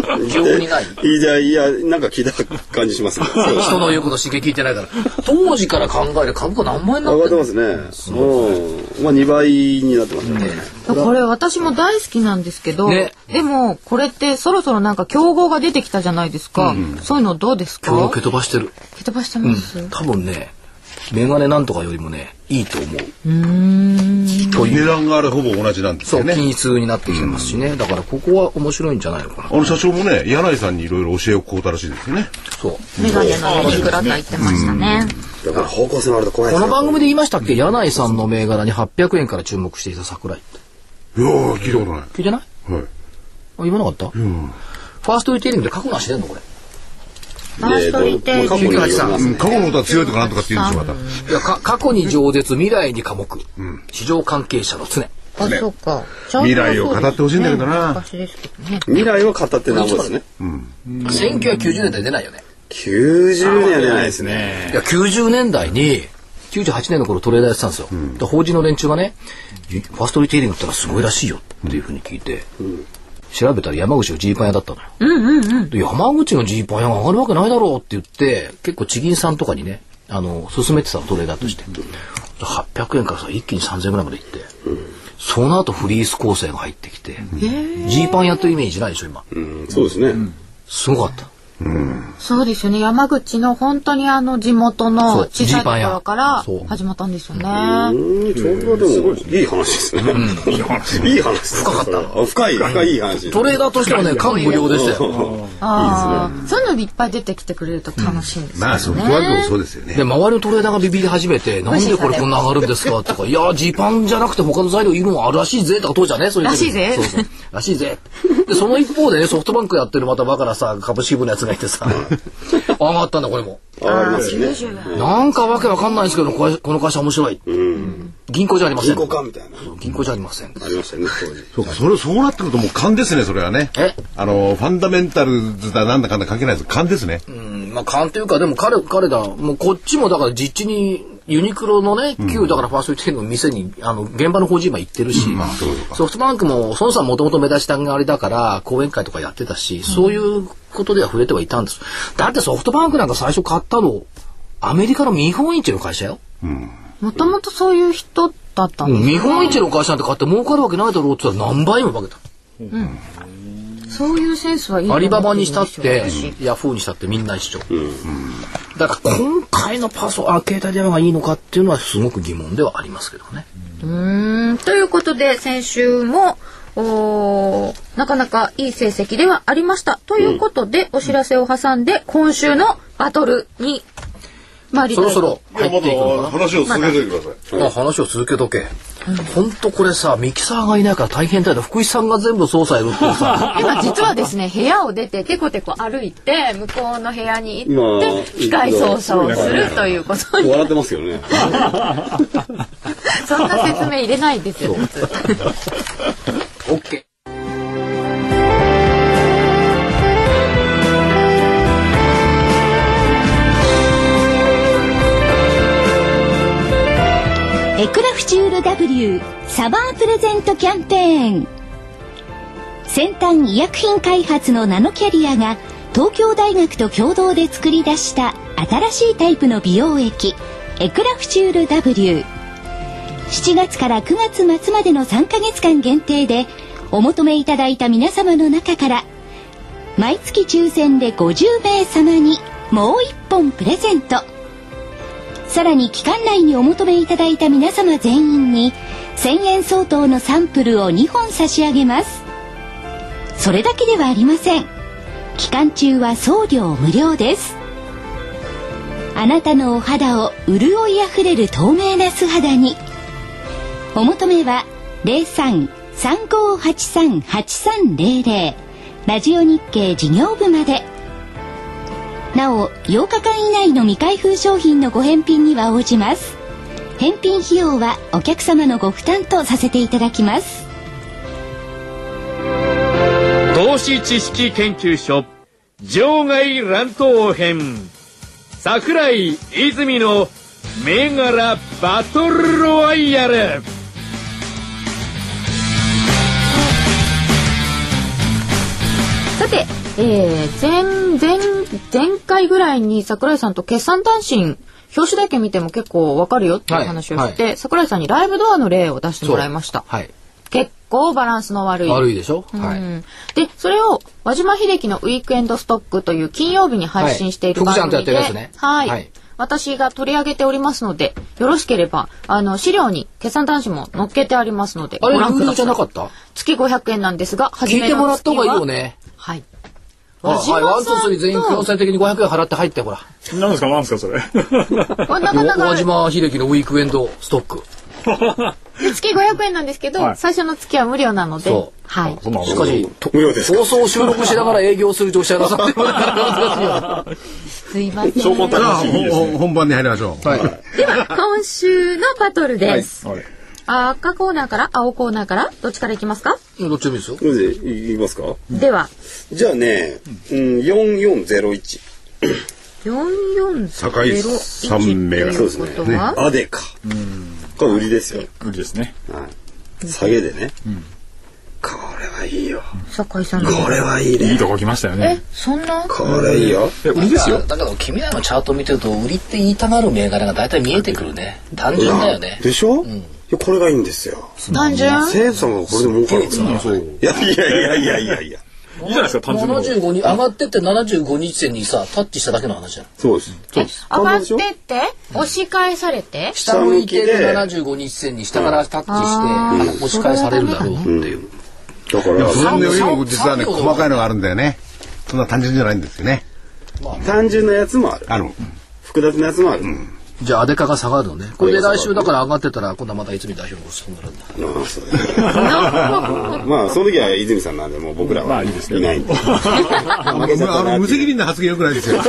ど、記憶にない
いいじゃんいや、なんか聞いた感じし <laughs> ますね。そう
人の言うこと刺激聞いてないから、当時から考える株価何万円になっ
上が
て
っ
ん
て
の
ますね。うん。まあ2倍になってますよね。
これ私も大好きなんですけど、
ね
でもこれってそろそろなんか競合が出てきたじゃないですか。そういうのどうです
今日の
か
蹴飛ばしてる。
蹴飛ばしてます。
多分ね、メガネなんとかよりもね、いいと思う。という、
値段があれほぼ同じなんです
そ
よ
う、
ね。
均一になってきてますしね。だからここは面白いんじゃないのかな。
あの社長もね、柳井さんにいろいろ教えをこうたらしいですよね。
そう。
メガネのメリクラと言ってましたね。
だから方向性もあると怖いで
こ
す
の番
よ。
組で言いましたっけ柳井さんの銘柄に800円から注目していた桜井って。
いやー、聞いたことない。
聞いてないあ
はい。
言わなかったファーストリテイリングで過去なしてんのこれ。
ファーストリテイ
過
リ
去
ン
に
グ。
よります
うん過去のことは強いとかなんとかって言うんですよ、また。
いや、か過去に饒舌、未来に科目。市場関係者の常。
あ、そうか。
未来を語ってほしいんだけどな
昔ですけどね。
未来を語ってなんぼですね。
1990年代出ないよね。
90年は出ないですね。
いや、90年代に、98年の頃トレーダーやってたんですよ。で法人の連中がね、ファーストリテイリングってのはすごいらしいよっていうふうに聞いて、調べたら山口のジーパン屋だったのよ。で山口のジーパン屋が上がるわけないだろうって言って、結構地銀さんとかにね、あの、勧めてたのトレーダーとして。800円からさ、一気に3000円ぐらいまでいって、その後フリース構成が入ってきて、ジーパン屋というイメージないでしょ、今。
うんそうですね。
すごかった。
そうですよね。山口の本当にあの地元の
そう
小さいところから
ジーパン屋そう
始まったんですよね。
うん、ちょうどでも、いい話ですね。いい話。いい話です。深かった。深い、深い、いい話。
トレーダーとしてもね、感無量でしたよ。
ああ、そういうのいっぱい出てきてくれると楽しいんですよね。
まあ、そこはでもそうですよね。
で、周りのトレーダーがビビり始めて、なんでこれこんな上がるんですかとか、いやー、ジーパンじゃなくて他の材料いるのあるらしいぜとか当時はね、そういう時に。
らしいぜ
そうそう。らしいぜ。で、その一方でね、ソフトバンクやってるまたバカなさ、株式部のやつがいてさ、上がったんだこれも。
あありますね。
なんかわけわかんないんですけど、これこの会社面白い。銀行じゃありません。
銀行かみたいな。
そう銀行じゃありません。
ありましたね、当時。
そうか、それ、そうなってくるともう勘ですね、それはね。
え
あの、ファンダメンタルズだ、なんだかんだ関係ないです。勘ですね。
うんまあ、勘というか、でも彼、彼ら、もうこっちもだから実地に、ユニクロのね、旧だからファーストリテイリングの店に、あの、現場の法人今行ってるし、ソフトバンクも、孫さんもともと目立ちたがあれだから、講演会とかやってたし、そういうことでは触れてはいたんです。だってソフトバンクなんか最初買ったの、アメリカの見本市の会社よ。
もともとそういう人だったんです
見本市の会社なんて買って儲かるわけないだろうって言ったら何倍も化けた。
そういうセンスはいいな
ア
って
リ
思
バ
う
バ
んで
にし
すよ
たって、ヤフーにしたってみんな一緒。だから今回のパソ、あ、携帯電話がいいのかっていうのはすごく疑問ではありますけどね。
うんということで先週もおーなかなかいい成績ではありました。ということで、お知らせを挟んで今週のバトルに参り
そ
た
ろ
い
そ
と
ろ入っていくのか
話を続けてください。
な。まあ話を続けとけ。ほんとこれさ、ミキサーがいないから大変だよね。福井さんが全部操作やるっていう
<laughs>
さ。
今実はですね、部屋を出てテコテコ歩いて、向こうの部屋に行っ
まあ <laughs>
て、機械操作をするということに。
笑ってますけどね。
そんな説明入れないですよ。
OK。
エクラフチュール W サマープレゼントキャンペーン先端医薬品開発のナノキャリアが東京大学と共同で作り出した新しいタイプの美容液エクラフチュール W7 月から9月末までの3ヶ月間限定でお求めいただいた皆様の中から毎月抽選で50名様にもう1本プレゼントさらに期間内にお求めいただいた皆様全員に1000円相当のサンプルを2本差し上げますそれだけではありません期間中は送料無料ですあなたのお肌を潤いあふれる透明な素肌にお求めは03-3583-8300ラジオ日経事業部までなお8日間以内の未開封商品のご返品には応じます返品費用はお客様のご負担とさせていただきます
投資知識研究所場外乱闘編桜井泉の銘柄バトルロワイヤル
さて、えー、前、前、前回ぐらいに桜井さんと決算単身、表紙だけ見ても結構わかるよっていう話をして、
は
桜井さんにライブドアの例を出してもらいました。
はい。
結構バランスの悪い。
悪いでしょ
うん
はい。
で、それを、和島秀樹のウィークエンドストックという金曜日に配信している
はい福
番
ちゃんとやっ
組
てる
で、は
や
い、
つねはい
私が取り上げておりますので、よろしければ、あの、資料に決算端子も載っけてありますので、
あ
ご
れ、
覧
無
くだ
料じゃ
さい
なかった
月500円なんですが、初
聞い
め
ても
の
らった
月
方がいいよ
は、
ね。
はい。
あはい。ワン、ツー、スリー全員強
と、
制的に500円払って入って、ほら。
何ですか何ですかそれ。
これなかな
和
か、
島秀樹のウィークエンドストック。
月500円なんですけど、
はい
最初の月は無料なので
そう、
はい。
そんなの
しかし、と
無料ですか
放送収録しながら営業する女子がなさってるから難しいよ。
すいません。
証拠
じゃあ、
楽 <laughs> しみです
ほん本番に入りましょう。
はい。
では、今週のバトルです。
はい。
あ赤コーナーから青コーナーから、どっちからいきますか
<laughs> どっちでもいいですよ。
これでいいますか
では、
じゃあね、うん、4401。
4401
堺三名が
ということは、
あでか。これ売りですよ。
無理ですね。
はい。下げでね。これはいいよ。
酒井さんの。
これはいい
いい
ね。
とこ来ましたよ
え
ね。、
そんな
これいいよ。
え、売りですよ。
だけど、君らのチャート見てると、売りって言いたがる銘柄が大体見えてくるね。単純だよね。
でしょ、いやこれがいいんですよ。
単純
千円さんがこれで儲かるんだ
そう。い
いやいやいやいやいやいや。
いじゃないですか単純な方
75に上がってって75日線にさ、タッチしただけの話じゃん。
そうです。そうです。
上がってって、押し返されて、
下向いてる75日線に下からタッチして、押し返されるだろうっていう。
だから、
そのよりも
三
実はね、
三秒
細かいのがあるんだよね。そんな単純じゃないんですよね。
単純なやつもある。
あの、
複雑なやつもある。
じゃあ、アデカが下がるのね。これで来週だから上がってたら、今度はまたいつみ代表のことになるんだ。
ああそうだねまあ、その時は泉さんなんで、もう僕ら
ま
は
あ
い
いいですけど
ないんで。負けちゃった
あ
な
の
っ
無
てい
責
う。
任な発言良くないですよ。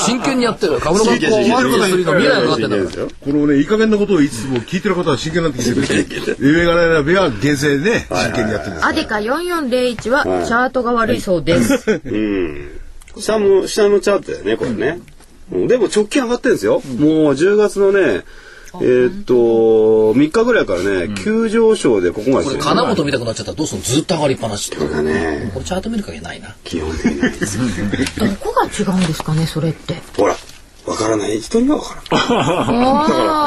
真剣にやってる。株の学校
真剣
ワンツースリーの未来がかかってんだから。
よ。
このね、いい加減なことをいつも聞いてる <laughs> 方は真剣になって聞いてるんですよ。上から選べは厳正でね、真剣にやってるんです
アデカ4401は、チャートが悪いそうです。
うん。下も、下のチャートだよね、これね。うんでも直近上がってるんですよ。もう10月のね、えーっと、3日ぐらいからね、急上昇でここまで
これ
来てる
金本見たくなっちゃったらどうするのずっと上がりっぱなしって
これがね、
これチャート見る限りないな
基本的なんですよ。
どこが違うんですかね、それって。
ほら、わからない人にはわからん。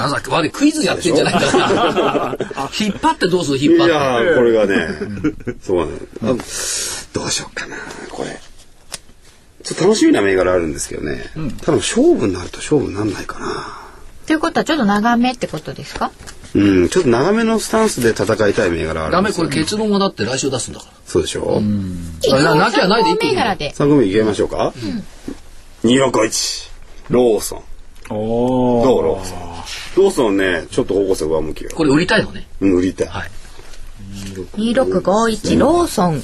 なんだ悪いクイズやってんじゃないんだから引っ張ってどうする引っ
い
張って
やー、これがね、そうなの、あどうしようかな、これ。ちょっと楽しみな銘柄あるんですけどね。多分勝負になると勝負になんないかな。
ということは、ちょっと長めってことですか
うん、ちょっと長めのスタンスで戦いたい銘柄ある
ダ
んで
メ
す
こ
よ。
れ結論がだって来週出すんだか
そうでしょ、う
らななきゃないで一気
銘
に
柄で。
3組いきましょうか。2651、ローソン。
おー
どうローソン。ローソンね、ちょっと方向性上向きよ。
これ売りたいのね
うん売りたい。
はい
2651ローソン。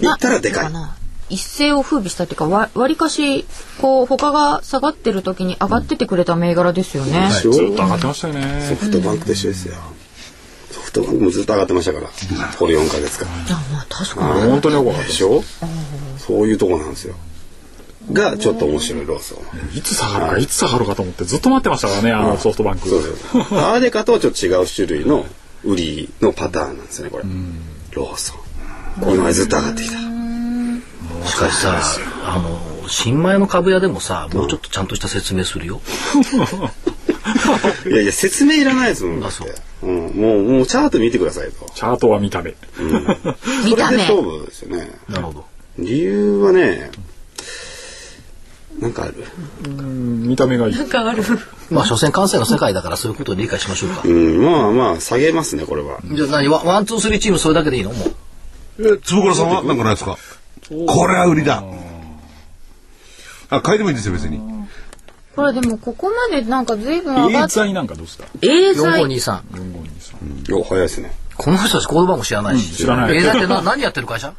行ったらでかい。
な。一世を風靡したっていうかわ割かしこう他が下がってる時に上がっててくれた銘柄ですよね。
ずっと上がってましたよ
ソ
ね。
フトバンクと一緒ですよ。ソフトバンクもずっと上がってましたから、これ4ヶ月間。
あまあ確かに。
本当によくわかっ
でしょそういうとこなんですよ。が、ちょっと面白いローソン。
た。いつ下がるか、いつ下がるかと思ってずっと待ってましたからね、あのソフトバンク。
そうそう。アーデカとはちょっと違う種類の売りのパターンなんですよね、これ。ローソン。この前ずっと上がってきた。
しかしさ、あの、新米の株屋でもさ、もうちょっとちゃんとした説明するよ。
いやいや、説明いらないですもん。だ
あ
って
そう
うん、もう、もうチャート見てくださいと。
チャートは見た目。
それで勝負ですよね。
なるほど。
理由はね、なんかある。
うん見た目がいい。
まあ、所詮関西の世界だからそういうことを理解しましょうか。
うん、まあまあ、下げますね、これは。
じゃあ何ワンワン、ツー、スリーチームそれだけでいいのもう。
え、坪倉さんはなんかないですかこれは売りだ。あ、変えてもいいんですよ、別に。
これでもここまでなんか随分上が
エ
っ
ーザイなんかどうした
エーザイ
4523。
よ、早いですね。
この人たちコード番号知らないし。
知らない
えーだってな何やってる会社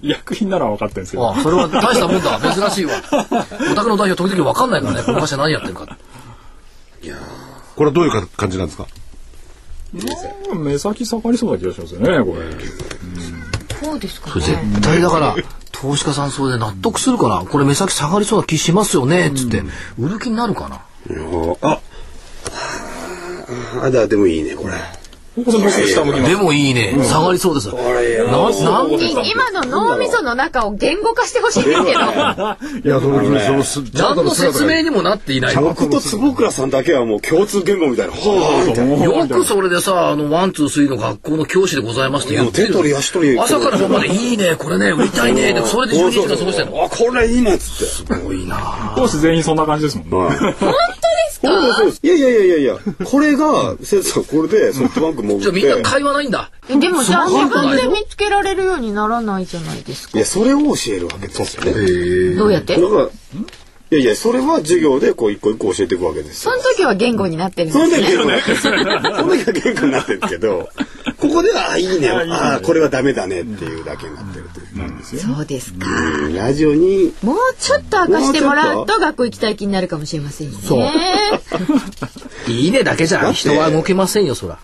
薬品なら分かってるんですけど
あ。あ、それは大したもんだ。珍しいわ。お宅の代表時々わかんないからね。この会社何やってるか。
これはどういうか感じなんですか
まあ目先下がりそうな気がしますよね、これ。
そうですか
これ絶対だから、投資家さんそれで納得するかな。これ目先下がりそうな気しますよね。つって、売る気になるかな。
いやーああ、あだ、でもいいね、これ。
ここさんどうして下向きます
でもいいね。下がりそうです。な、なんで
今の脳みその中を言語化してほしいんですけど。
いや、その、その、チ
何の説明にもなっていない。よ
僕と坪倉さんだけはもう共通言語みたいな。はあ、みたいな。
くそれでさ、あの、ワン、ツー、スリーの学校の教師でございますって言って
いや手取り
る。
足取り
朝から晩までいいね、これね、売りたいね、でそれで12時間過ごしてるの。
あ、これいいねっつって。
多いな
講師全員そんな感じですもんね。
本当ですかそうです。いやいやいやいやいや、これが、せいさん、これでソフトバンク潜
じゃあみん
っ
な
て。
会話ないんだ。
えでもじゃあ
そんな
自
こ
分
とない
で
よ
見つけられるようにならないじゃないですか
いや、それを教えるわけですよね。
どうやって
だから、いやいや、それは授業でこう一個一個教えていくわけです
そ
よ。
の時は言語になってるん
そ
で
の時
す
は
ね。
言語になってる。その時は言語になってるけど、ここでは、あ、いいね、あ、これはダメだねっていうだけになってるという。
そうですか。
うんラジオに、
もうちょっと明かしてもらうと学校行きたい気になるかもしれませんよね。
そういいねだけじ
だ
ゃ
って
人は動けませんよ、そら。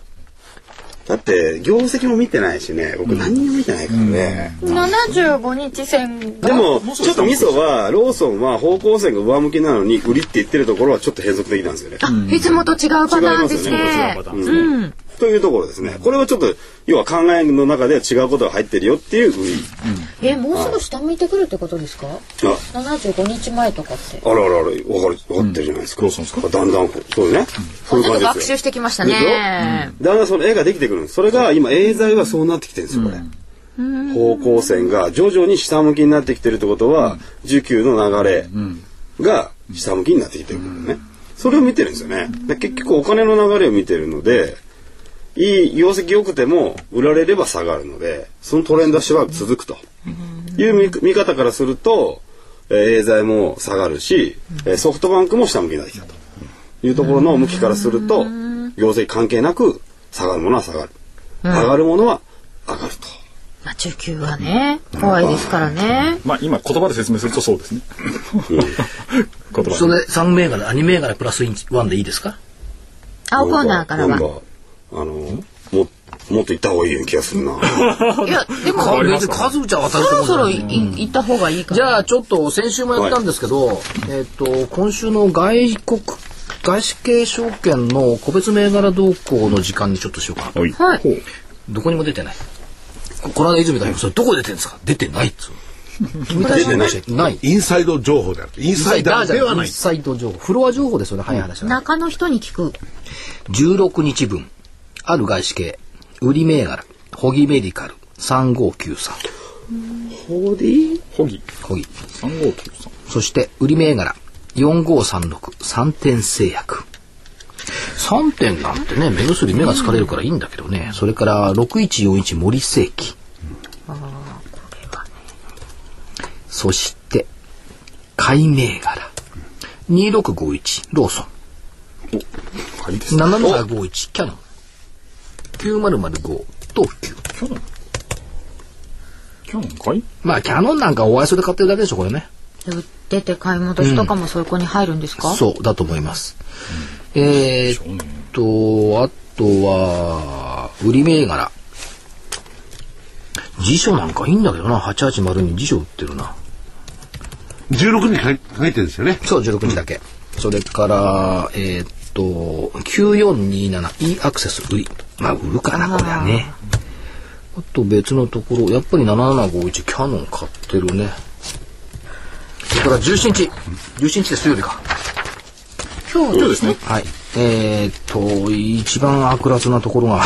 だって、業績も見てないしね、僕何にも見てないからね。
75日線
でも、ちょっとミソは、ローソンは方向性が上向きなのに、売りって言ってるところはちょっと変則的なんですよね。
いつもと違うパターンです
違い
ね
うんというところですね。これはちょっと、要は考えの中では違うことが入ってるよっていう売り。
えもうすぐ下向いてくるってことですか
あ
75日前とかって
あらあらあら、わかる、わかってるじゃないですか。
ローソンですか
だんだんこう、そうですね。そういう
ちょっ
感
と
じ
学
です
習
よ。
してきましたね
だんだんその絵ができてくるんです。それが今、エーザイはそうなってきてるんですよ、これ。方向線が徐々に下向きになってきてるってことは、需給の流れが下向きになってきてるんだよね。それを見てるんですよね。で結局お金の流れを見てるので、いい業績良くても売られれば下がるので、そのトレンドしばらく続くという見見方からすると、えーエーザイも下がるし、えーソフトバンクも下向きになってきたというところの向きからすると、業績関係なく下がるものは下がる。上がるものは上がると。
まあ中級はね怖いですからね
まあ今言葉で説明するとそうですね。 <laughs> 言葉
そ
で。
れ3銘柄、2銘柄プラス1でいいですか
青コーナーから
なんか
は
あのももっと行った方がいいような気がするな。
いやでも
わりま
別
す
に
か
数打ちゃ当たる
そろ
と思う
そろ
じゃない
い行った方がいいか
じ
な
ゃあちょっと先週もやったんですけど、えっ、と今週の外国外資系証券の個別銘柄動向の時間にちょっとしようか。
はい。
どこにも出てない。ここの間泉代表それどこ出てるんですか。出てないっつうの。出
てない
ない。
インサイド情報である。イン
イン
サイダーではな
イ
い
ン。サイド情報。フロア情報ですよね。早い話は。
中の人に聞く
16日分。ある外資系。売り銘柄。ホギメディカル。3593。
ここでいい
ホギ。
ホギ。
三号九さん。
そして、売り銘柄、4536、三点製薬。3点なんてね、目薬目が疲れるからいいんだけどね。それから、6141森世紀。そして、買い銘柄、2651ローソン。
はいですね。
7751キャノン。9005東急。
今日もかい
まあ、キャノンなんかお愛想で買ってるだけでしょ、これね。
で売ってて買い戻しとかもそういう子に入るんですか、
そう、だと思います。えーっと、あとは、売り銘柄。辞書なんかいいんだけどな、880に辞書売ってるな。
16に書い書いてるんですよね。
そう、16日だけ。それから、えーっと、9427E アクセス売り。まあ、売るかな、これはね。あと別のところ、やっぱり7751キャノン買ってるね。それから17日。17日で水曜日か。
今日ですね
はい。えーっと、一番悪辣なところが、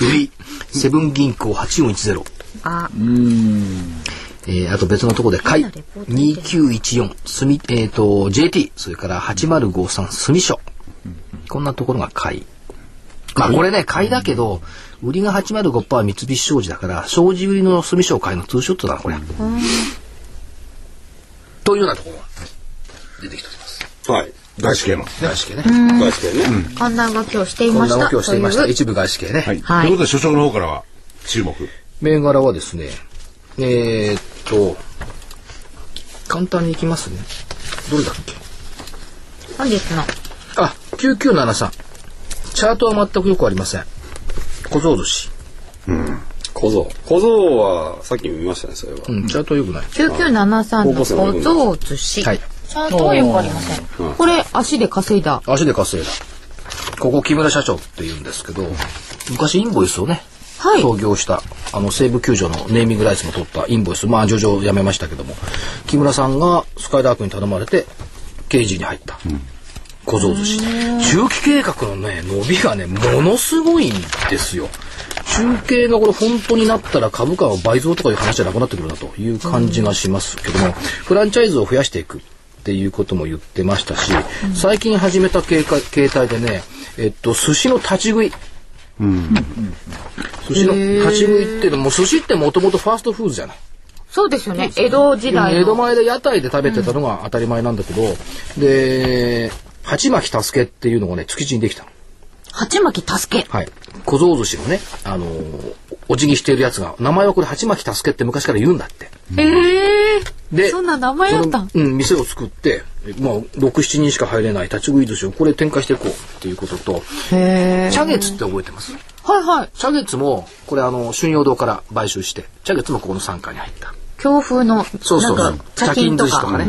売り。 <laughs> セブン銀行8410。
あ
えーあと別のところで買い2914住えー、と JT それから8053住所こんなところが買いまあこれね買いだけど売りが805%は三菱商事だから商事売りの住所を買いのツーショットだなこれというようなところが出てきております
はい。
外資系の。
外資系ね
外資系ね。
こんな動きをしてい
こ
ま
んな
し
動
た
きをしていました
という
一部外資系ね、
はい。と
はい
いうことで、所長の方からは注目。
銘柄はですねえーっと簡単にいきますねどれだっけ
本日の
あ、9973。チャートは全くよくありません。小僧寿司。
小僧。小僧は、さっき見ましたね、それは。
うん、チャートはよくない。
9973のお像寿司、
はい。
ちゃんとはよくありません
これ足で稼いだ
足で稼いだ。ここ木村社長って言うんですけど、昔インボイスをね、
はい
創業した、あの、西部球場のネーミングライスも取ったインボイス、まあ、上場辞めましたけども、木村さんがスカイダークに頼まれて、刑事に入った。小僧寿司。中期計画のね、伸びがね、ものすごいんですよ。中継がこれ本当になったら株価は倍増とかいう話じゃなくなってくるなという感じがしますけども、フランチャイズを増やしていくっていうことも言ってましたし、最近始めた形態形態でね、えっと、寿司の立ち食い。寿司の立ち食いっていうのも、寿司ってもともとファーストフードじゃない。
そうですよね江戸時代
江戸
の
前で屋台で食べてたのが当たり前なんだけど、で、鉢巻き助けっていうのがね、築地にできたの。
鉢巻き助け
はい。小僧寿司のね、あのーお辞儀しているやつが、名前はこれ、鉢巻き助けって昔から言うんだって。
ええ
で、
そんな名前だったん
そのうん、店を作って、まあ、6、7人しか入れない立ち食い寿司をこれ展開していこうっていうことと、
へ
茶月って覚えてます
はいはい
茶月も、これあの、春陽堂から買収して、茶月もここの傘下に入った。
強風の
そうそうそ
な
うん
か。茶巾と
寿司
か
とかね。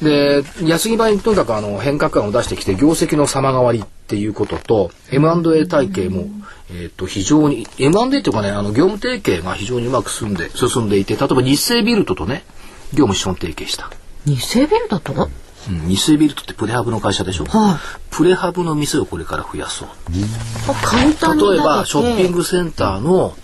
で、安木場にとにかくあの変革案を出してきて、業績の様変わりっていうことと、M&A 体系も、えっ、と、非常に、M&A っていうかね、あの、業務提携が非常にうまく進んで、進んでいて、例えば日清ビルトとね、業務資本提携した。
偽ビルだと
うん、日清ビルトってプレハブの会社でしょ、プレハブの店をこれから増やそう。
簡単に
例えば、ショッピン
グ
グセンターの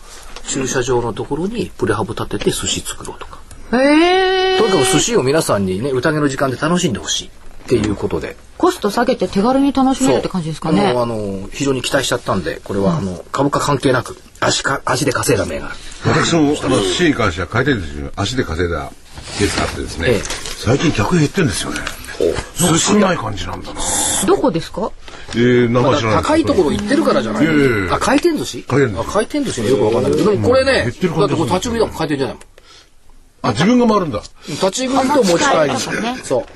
駐車場のところにプレハブ建てて寿司作ろうとか。
ええ
とにかく寿司を皆さんにね、宴の時間で楽しんでほしいっていうことで。
コスト下げて手軽に楽しめるって感じですかね
そうあのあの非常に期待しちゃったんで、これはあの株価関係なく足か足で稼いだ銘柄。
私も、あの、市に関しては回転寿司の足で稼いだケースがあってですね、
ええ
最近客減ってんですよね。寿司ない感じなんだな。
どこですか
えー、名前知らないです
高いところ行ってるからじゃない
いやいやい。や
あ回転寿司？
回転寿司
あ回転寿司ねよくわかんないけど、でもこれね
減ってる、
だ
感
って
じ
これ立ち食いだもん回転じゃないもん。
あ、自分が回るんだ。
立ち食いと持ち帰り、そ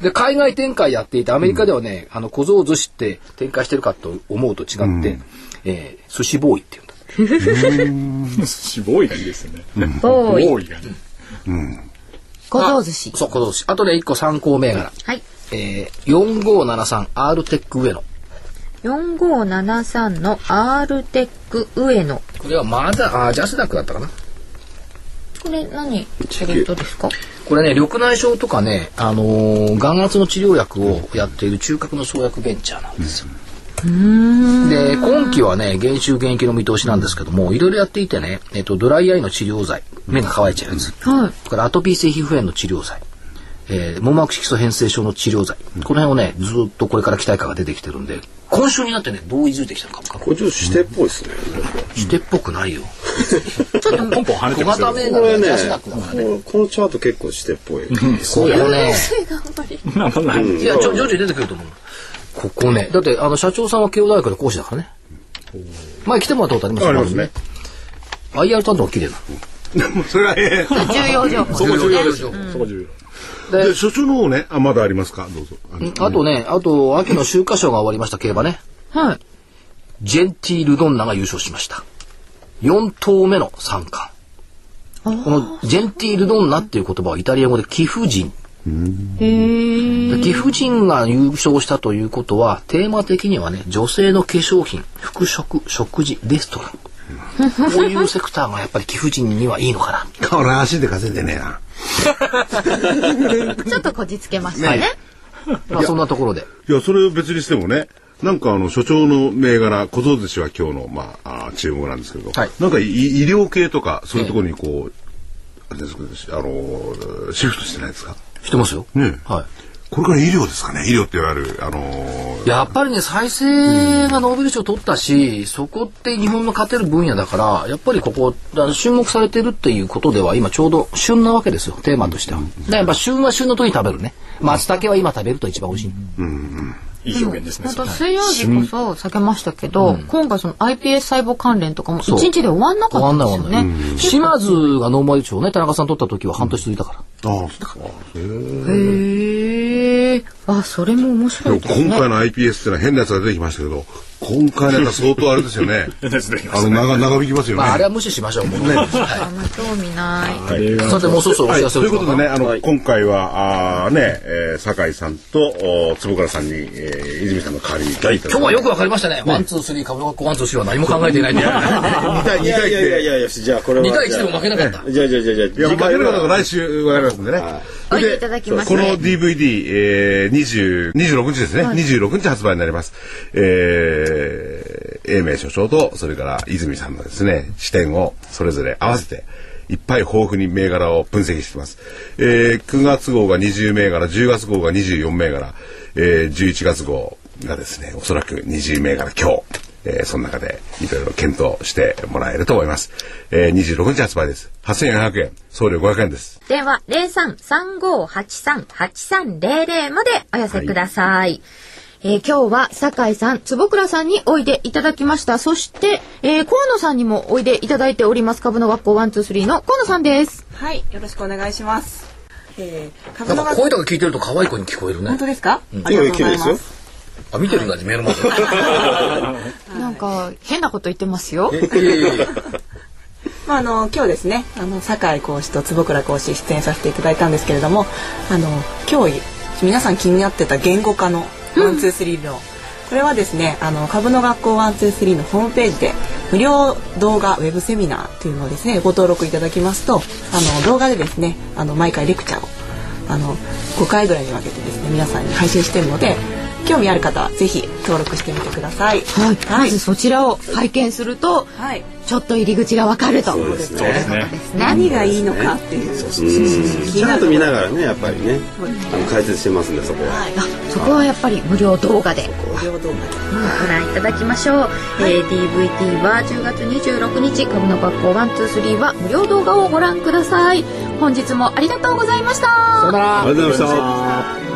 うで海外展開やっていてアメリカではね、あの小僧寿司って展開してるかと思うと違って、えー寿司ボーイっていうんだ
すごいがいいですよね。
多い
多いがね。
小僧寿司
そう小僧寿司あとね一個参考銘柄、
はい
えー、4573R テック上野
4573の R テック上野
これはまだあージャスダックだったかな
これ何チケットですか
これね緑内障とかね、あのー眼圧の治療薬をやっている中核の創薬ベンチャーなんですよ。で今期はね減収減益の見通しなんですけどもいろいろやっていてね、えっとドライアイの治療剤目が乾いちゃうやつ、
はい
それからアトピー性皮膚炎の治療剤、えー網膜色素変性症の治療剤この辺をねずーっとこれから期待感が出てきてるんで今週になってねどういづいてきたのかも
これちょっとしてっぽいですね。
してっぽくないよ
ポンポン跳ね
小
てます
型銘
よ。
こ
柄の
れね
ジャスダックだからね
ここのチャート結構してっぽい。
ここね
なんかない
いや、ちょ、徐々に出てくると思う。ここね。だって、あの、社長さんは慶応大学で講師だからね。前来てもらったことあります
ありますね。
IR 担当が綺麗なの。
それはえ
重要情報。
そこ重要です
重要
よ
で。
そこ重要。
え
で
で所長の方ねあまだありますかどうぞあの
あとね、あと、秋の秋華賞が終わりました、競馬ね。
はい。
ジェンティールドンナが優勝しました。4頭目の三冠。このジェンティールドンナっていう言葉はイタリア語で貴婦人。で貴婦人が優勝したということは、テーマ的にはね、女性の化粧品、服飾、食事、レストラン。こういうセクターがやっぱり貴婦人にはいいのかな。
顔ら足で稼いでねえな
ちょっとこじつけましたね。
まあそんなところで。
いやそれを別にしてもねなんかあの所長の銘柄小僧寿司は今日のまああー注目なんですけど、
はい
なんかい医療系とかそういうところにこう、あれですけどあのーシフトしてないですか
してますよ。
ねえ
はい。
これから医療ですかね医療って言われるあのー
やっぱりね、再生がノーベル賞取ったし、そこって日本の勝てる分野だから、やっぱりここ、だから注目されてるっていうことでは、今ちょうど旬なわけですよ、テーマとしては。だからやっぱ旬は旬の時に食べるね。松茸は今食べると一番美味しい。
いい表現ですね。
本
そ
当
れ
水曜日こそ避けましたけど、今回その iPS 細胞関連とかも一
う
日で終わんなか
変
っ
わん
た
ない
です
終
よ
わ
ね。
んない。島津がノーベル賞をね、田中さん取った時は半年続いたから。
ああそうか
へえ。あ、それも面白いです
今
ね。
回の iPS ってのは変なやつが出てきましたけど今回のやつは相当あれですよ <laughs> ね
ですね。
あの長長引きますよね、
まあ、あれは無視しましょう、もうね。は
あんま興味ない。
い。さて、もうそろそろお
は
知
い、
らせ
と
を
い
し
うこと
ま
ですね、あの、今回は、あーね、えー、酒井さんと、お坪倉さんに、えー、泉さんの代わりに、今
今日はよくわかりましたね。ワン、ツー、スリー、株の学校ワン、ツー、スリーは何も考えていないんだよ。
2対2対
いやいやいやい
で。
やいや、じゃあこれは。
2対1でも負けなかった。
じゃあじゃあじゃあじゃあ、
いや、負けるかどうか
い。
来週わかりますんでね。
おいでいただきます
この
ね
DVD、えー、20 26日ですね、26日発売になります。えー、英明所長と、それから泉さんのですね、視点をそれぞれ合わせて、いっぱい豊富に銘柄を分析してます。えー、9月号が20銘柄、10月号が24銘柄、えー、11月号がですね、おそらく20銘柄今日。えー、その中でいろいろ検討してもらえると思います。えー、26日発売です。8400円、送料500円です。
電話0335838300までお寄せください。
えー今日は酒井さん、坪倉さんにおいでいただきました。そして、えー河野さんにもおいでいただいております。株の学校ワンツースリーの河野さんです。
はい、よろしくお願いします。えー、株
な
の
んか
学
声とか聞いてると可愛い子に聞こえるね
本。当ですか？ありがとう
声
ご
綺
ざ
麗
い
です
ま
よ
す。。
あ、見てるんだ、メール
<laughs>
も。
なんか、変なこと言ってますよ。
まああの今日ですね、あの酒井講師と坪倉講師出演させていただいたんですけれども、あの今日皆さん気になってた言語化のワンツースリーのこれはですね、あの株の学校ワンツースリーのホームページで無料動画ウェブセミナーというのをですねご登録いただきますと、あの動画でですね、あの毎回レクチャーをあの5回ぐらいに分けてですね皆さんに配信しているので、興味ある方はぜひ登録してみてください。
はい、
は
ま
い
ず。そちらを拝見すると、
はい
ちょっと入り口がわかると。そうです
そうですね。
何がいいのかっていう。うん気に
ち
な
ゃんと
るとこ
見
ろ
ながらね、やっぱりね、あの解説してますんで、そこは。
あ、そこはやっぱり無料動画で。
平等な
ご覧いただきましょう、えー DVD は10月26日株の学校123は無料動画をご覧ください本日もありがとうございました
ありがとうございました。